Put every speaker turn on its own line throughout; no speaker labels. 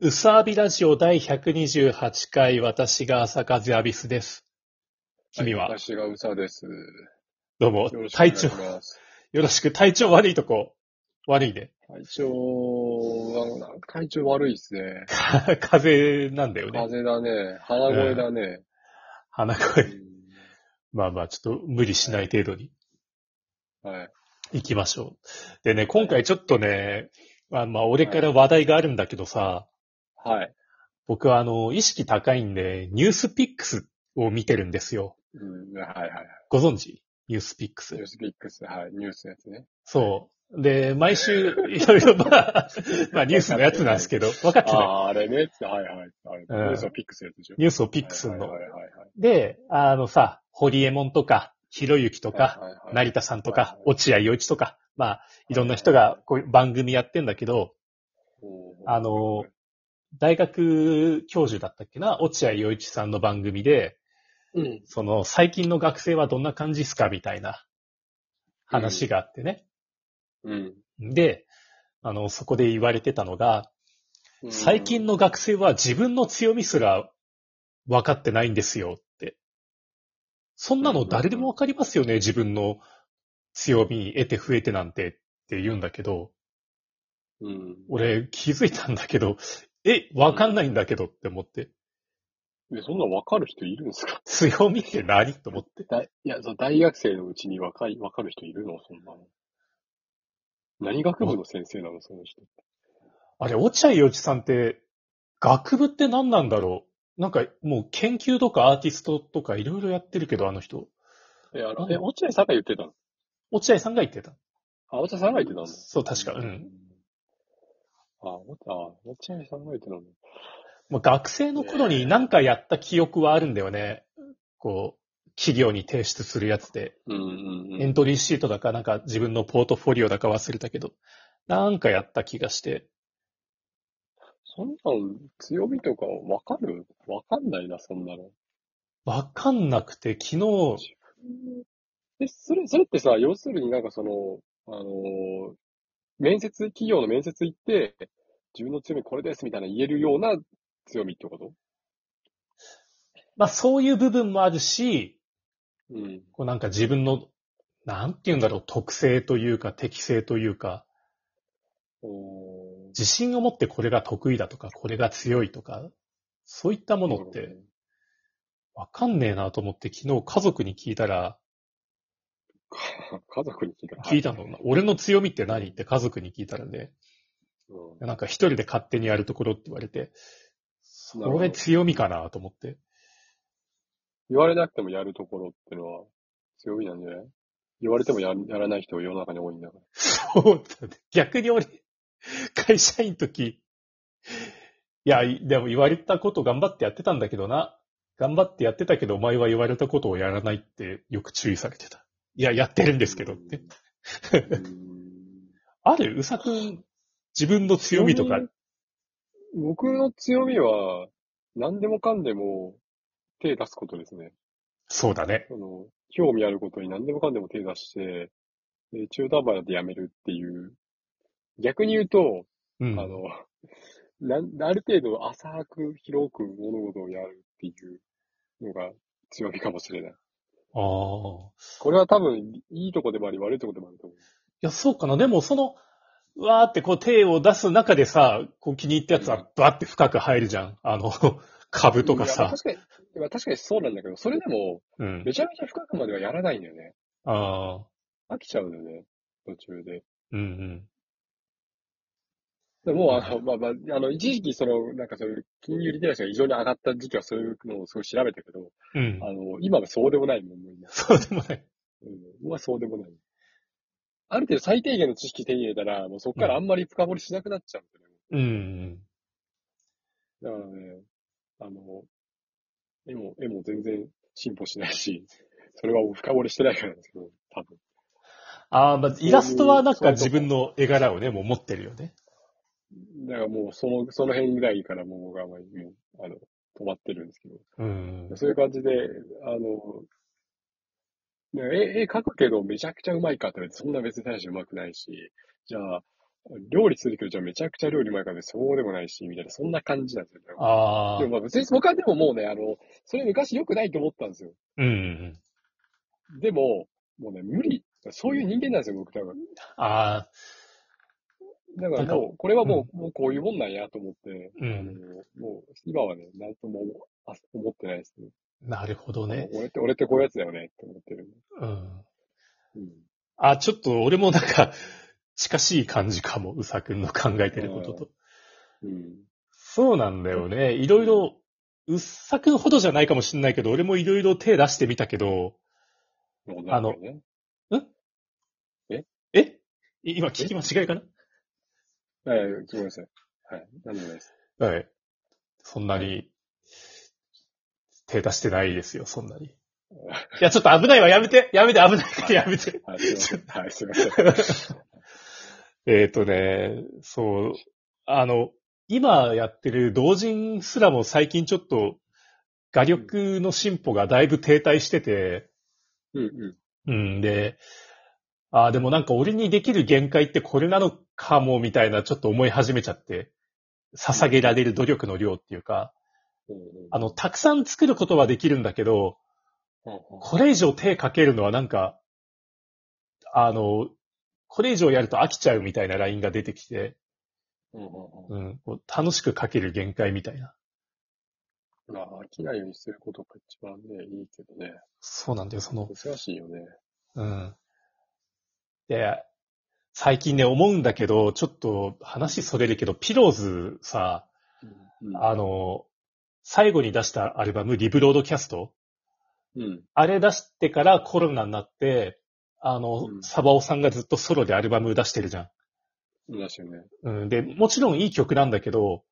うさあびラジオ第128回、私が朝風アビスです。君は、
私がうさです。
どうも
よろ、しくお願
体
いし
調、
ます。
よろしく、体調悪いとこ、悪いね。
体調は、なんか体調悪いですね。
か 風邪なんだよね。
風邪だね。鼻声だね。
鼻
う
声。まあまあ、ちょっと無理しない程度に
んはい。
行きましょう。でね、今回ちょっとね、まあまあ、俺から話題があるんだけどさ、
はい。
僕はあの、意識高いんで、ニュースピックスを見てるんですよ。
うん、はいはいはい。
ご存知ニュースピックス
ニュー。スピックス、はい。ニュースのやつね。
そう。で、毎週、いろいろ、まあ、まあ、ニュースのやつなんですけど、分かって
あ
ない。
あ、あれね。はいはい。あれニ
うん
ュースのピックスのやつでしょ。
ニュースをピックするの
はい。はいはいはい。
で、あのさ、堀江門とか、ひろゆきとか、
はいはいはい
成田さんとか
は、い
落合陽一とか、まあ、いろんな人がこういう番組やってんだけど、あの、大学教授だったっけな、落合陽一さんの番組で、
うん。
その、最近の学生はどんな感じっすかみたいな話があってね。
うん。
で、あの、そこで言われてたのが、
うん
最近の学生は自分の強みすら分かってないんですよって。そんなの誰でも分かりますよね、自分の強み得て増えてなんてって言うんだけど、
うん。
俺気づいたんだけど、 え、分かんないんだけどって思って、
えそんなわかる人いるんですか
強みって何と思って。
だいや、そう大学生のうちにわかいわかる人いるのそんなの。何学部の先生なのその人。
あれ、落合陽一さんって、学部って何なんだろうなんかもう研究とかアーティストとかいろいろやってるけど、あの人。
え、あ
なん
の
で
え、落合さんが言ってたの
落合さんが言ってた。
あ、落合さんが言ってたの
そう、確か。うん。。
あ、落あ落合さんが言ってたの
もう学生の頃に何かやった記憶はあるんだよね。こう、企業に提出するやつで。
うんうん
エントリーシートだか、なんか自分のポートフォリオだか忘れたけど。なんかやった気がして。
そんなの強みとかわかるわかんないな、そんなの。
わかんなくて、昨日、
え、それ、それってさ、要するになんかその、あのー面接、企業の面接行って、自分の強みこれですみたいな言えるような強みってこと
まあそういう部分もあるし、
うん。
こうなんか自分の、なんて言うんだろう、特性というか適性というか、
お
自信を持ってこれが得意だとか、これが強いとか、そういったものって、わかんねえなと思って昨日家族に聞いたら、
家族に聞いた。
聞いたの、俺の強みって何って家族に聞いたらね、
うん
なんか一人で勝手にやるところって言われて、そ
なるほ
れ
ど
強みかなと思って。
言われなくてもやるところってのは強みなんじゃない言われてもややらない人が世の中に多いんだか
そうだね。逆に俺、会社員の時、いや、いでも言われたこと頑張ってやってたんだけどな。頑張ってやってたけど、お前は言われたことをやらないってよく注意されてた。いや、やってるん
ら。
ですけどって。
うん。
あるうさくん、自分の 強みとか。
僕の強みは、何でもかんでも手出すことですね。
そうだね。
その興味あることに何でもかんでも手出して、で中途半端だってやめるっていう。逆に言うと、
うん。
あの、なん、ある程度浅く広く物事をやるっていうのが強みかもしれない。
ああ。
これは多分、いいとこでもあり、悪いとこでもあると思う。
いや、そうかな。でも、その、わーってこう手を出す中でさ、こう気に入ったやつ
う
はバーって深く入るじゃん。あの、 株とか
いや
さ。
確かに、まあ確かにそうなんだけど、それでも、
うん。
めちゃめちゃ深くまではやらないんだよね。
ああ。
飽きちゃうんだよね、途中で。
うんうん。
でもう、あの、まあまあ、あの、一時期、その、なんかそういう、金融リテラシーが異常に上がった時期はそういうのをすごい調べたけど、
うん
あ。の、今はそうでもないもん、もう今。
そうでもない。
うん、僕はそうでもない。ある程度最低限の知識手に入れたら、もうそこからあんまり深掘りしなくなっちゃうん
うんうん。
だよね。だからね、あの、絵も、絵も全然進歩しないし、それは深掘りしてないからなんですけど、多分。
ああ、まあ、イラストはなん
そう
か
いうとこ
自分の絵柄をね、もう持ってるよね。
だからもう、その、その辺ぐらいからもう僕はもう、あの、止まってるんですけど、
うん。
そういう感じで、あの、ね絵、絵描くけどめちゃくちゃうまいかって言われて、そんな別に大してうまくないし、じゃあ、料理するけど、じゃあめちゃくちゃ料理うまいからねそうでもないし、みたいな、そんな感じなんですよ。
ああ
でも。まあ別に僕はでももうね、あの、それ昔良くないと思ったんですよ。
うんうん。
でも、もうね、無理。そういう人間なんですよ、僕多分。
ああ。
だか
な
ら
んか
もう、これはもう、もうこういうもんなんやと思って、
うん
あのもう今はね、なんとも思あ思ってないですね。
なるほどね。
俺って、俺ってこういうやつだよねって思ってる。
うん。
うん。
あ、ちょっと俺もなんか、近しい感じかも、うさくんの考えてることと。
うん。
そうなんだよね。いろいろ、うっさくんほどじゃないかもしんないけど、俺もいろいろ手出してみたけど、
もうなんかね、
えい今聞き間違いか
はい、ごめんなさい。はい。なんでもないです。
なはい。そんなに、手出してないですよ、そんなに。いや、ちょっと危ないわ、やめてやめて、危ないからやめて。
はい、すいません。はい、すいません。
えっとね、そう、あの、今やってる同人すらも最近ちょっと、画力の進歩がだいぶ停滞してて、
うんう
うんで、ああ、でもなんか俺にできる限界ってこれなのかも、みたいなちょっと思い始めちゃって、捧げられる努力の量っていうか、
ん。うんうん
あの、、たくさん作ることはできるんだけど、
うんうん
これ以上手かけるのはなんか、あの、これ以上やると飽きちゃうみたいなラインが出てきて、
うんうん
うん、こう楽しくかける限界みたいな。
うんまあ、飽きないようにすることが一番ね、いいけどね。
そうなんだよ、その、
難しいよね。
うん。で、最近ね、思うんだけど、ちょっと話それるけど、ピローズさ、
うん。
あの、最後に出したアルバム、リブロードキャスト。
うん。
あれ出してからコロナになって、あの、
うん
サバオさんがずっとソロでアルバム出してるじゃ
難しいよね。
ん。うん、で、もちろんいい曲なんだけど、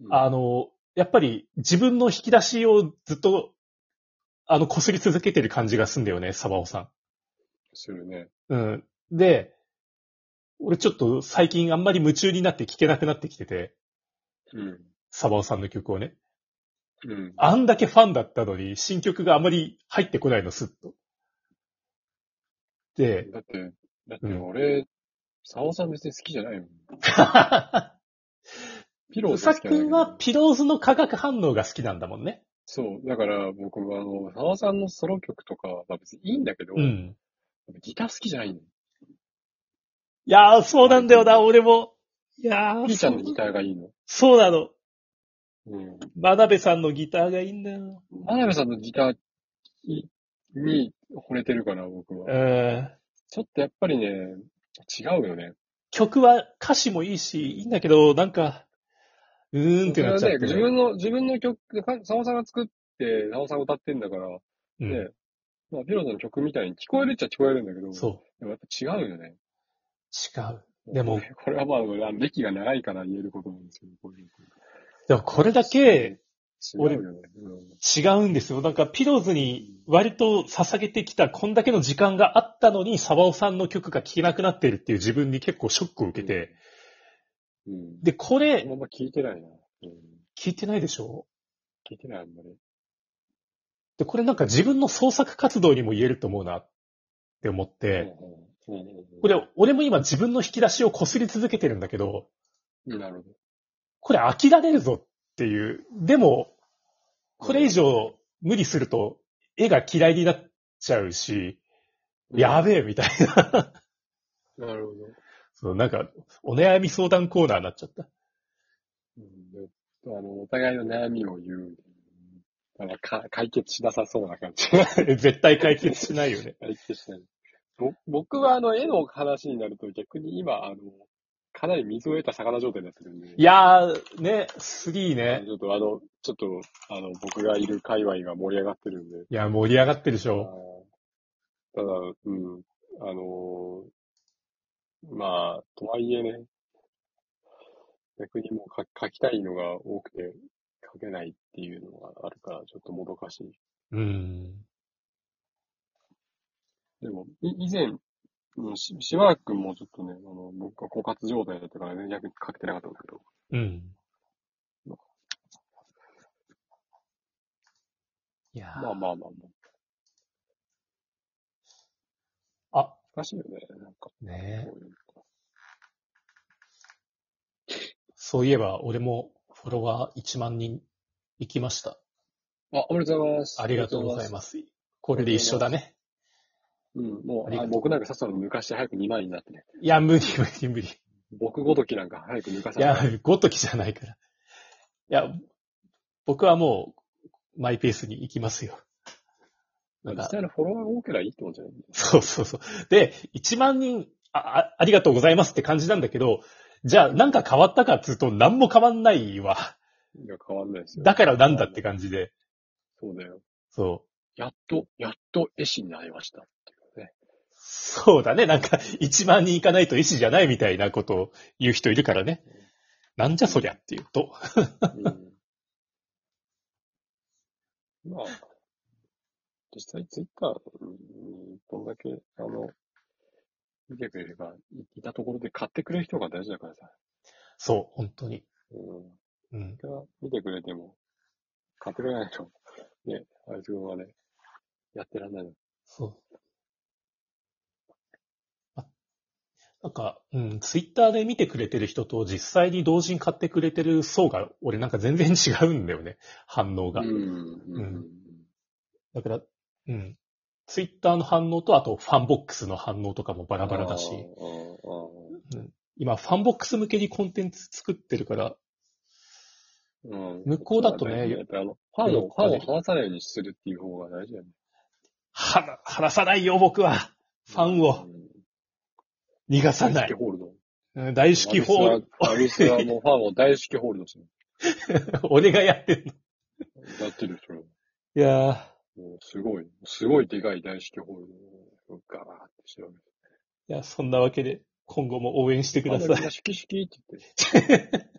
うん
あの、やっぱり自分の引き出しをずっと、あの、擦り続けてる感じがすんだよね、サバオさ
するね。
ん。うん。で、俺ちょっと最近あんまり夢中になって聴けなくなってきてて、
うん。
サバオさんの曲をね。
うん。
あんだけファンだったのに、新曲があまり入ってこないの、すっと。 で、
だって、だって俺、サオさん別に好きじゃないもん。ピロー
う
ズ好
さ
き
く
なんだけど
んはピローズの化学反応が好きなんだもんね。
そう。だから僕はあの、サオさんのソロ曲とかは別にいいんだけど、
うん。
ギター好きじゃないの。
いやー、そうなんだよな、俺も。いやー、
ピーちゃんの
そう
ギターがいいの。
そうなの。
うん。
真鍋さんのギターがいいんだよ。
真鍋さんのギターにに惚れてるから、僕は。
うん。
ちょっとやっぱりね、違うよね。
曲は歌詞もいいし、いいんだけど、なんか、うーんってなっちゃって。
それはね自分の、自分の曲、サオさんが作って、サオさんが歌ってんだから、
うん
ね、まあ、ピローズの曲みたいに聞こえるっちゃ聞こえるんだけど、
そう。
でもやっぱ違うよね。
違う。でも、
これはまあ、あの歴が長いから言えることなんですけど、こういう
でもこれだけ、
違うよね。うん
違うんですよ。なんか、ピローズに割と捧げてきた、こんだけの時間があったのに、沢尾さんの曲が聴けなくなってるっていう自分に結構ショックを受けて、、
うん。
で、こ
その
れ、
まま聞いてないな。うん
聴いてないでしょ
聞いてない、あんまり。
で、これなんか自分の創作活動にも言えると思うなって思って、
うんうんうんうん
これ、俺も今自分の引き出しを擦り続けてるんだけど、
なるほど。
これ飽きられるぞっていう。でも、これ以上無理すると、絵が嫌いになっちゃうし、やべえみたいな。
なるほど。
そう、なんか、お悩み相談コーナーになっちゃった。
うんであの、お互いの悩みを言う。なんかか解決しなさそうな感じ。
絶対解決しないよね。
解決しない。ぼ僕はあの、絵の話になると逆に今、あの、かなり水を得た魚状態になってるんで。
いやー、ね、3ね。
ちょっとあの、ちょっと、あの、僕がいる界隈が盛り上がってるんで。
いや、盛り上がってるでし
あー
ょ。
ただ、うん、あのーまあ、とはいえね、逆にもうか書きたいのが多くて書けないっていうのがあるから、ちょっともどかしい。
うん。
でも、い以前、うんし、しばらくもちょっとね、あの、僕は枯渇状態だったからね、逆に書けてなかったんだけど、
うん。いやー
まあまあまあまあ。
あ、
難しいよね、なんか。
ね
こういうの
そういえば、俺もフォロワー1万人行きました。
あ、おめでとうございます。
ありがとうございます。これで一緒だね。
うん、も
あ
う、
りが
あ
とう
僕なんかさっさと抜かして早く2万になってね。
いや、無理無理無理。
僕ごときなんか早く抜かさ
いや
ない。、
ごときじゃないから。いや、僕はもう、マイペースに行きますよ。なん
実
か、
際のフォロワーが多ければいいってことじゃない
そうそうそう。で、1万人あ、あありがとうございますって感じなんだけど、じゃあなんか変わったかっつうと何も変わんないわ。
いや、変わんないですよ。
だからなんだって感じで。
そうだよ。
そう。
やっと、やっと絵師になりましたっていうね。
そうだね。なんか、1万人行かないと意思じゃないみたいなことを言う人いるからね。なんじゃそりゃっていうと。
うんまあ、実際ツイッターにどんだけ、あの、見てくれれば、いいたところで買ってくれる人が大事だからさ。
そう、本当に。
うん。
うん。
それは見てくれても、買ってくれないと、ね、あいつがね、やってらんないの。
そう。あなんか、うん、ツイッターで見てくれてる人と実際に同時に買ってくれてる層が、俺なんか全然違うんだよね。反応が。
うん
うんだから、うん。ツイッターの反応と、あとファンボックスの反応とかもバラバラだし
あ。ーあ
今、ファンボックス向けにコンテンツ作ってるから、
ーあーうん
向こうだとね
やっぱりあの、ファンを、フ
喜ば
ァ
れ
ンを
る
離さないようにするっていう方が大事だよね。
は、話さないよ、僕は。ファンを
うん
逃がさな
大好
い
き。ホールド。
うん大好きホール、
アビスはアビスはもうファンを大好きホールドする。
俺がやってんの。
やってる、それ。
いやー、
もうすごい、すごいでかい大好きホールドをガーってしてるわけ。
いや、そんなわけで、今後も応援してくだ
あ
さ
み
い
ん。なシキシキって言って。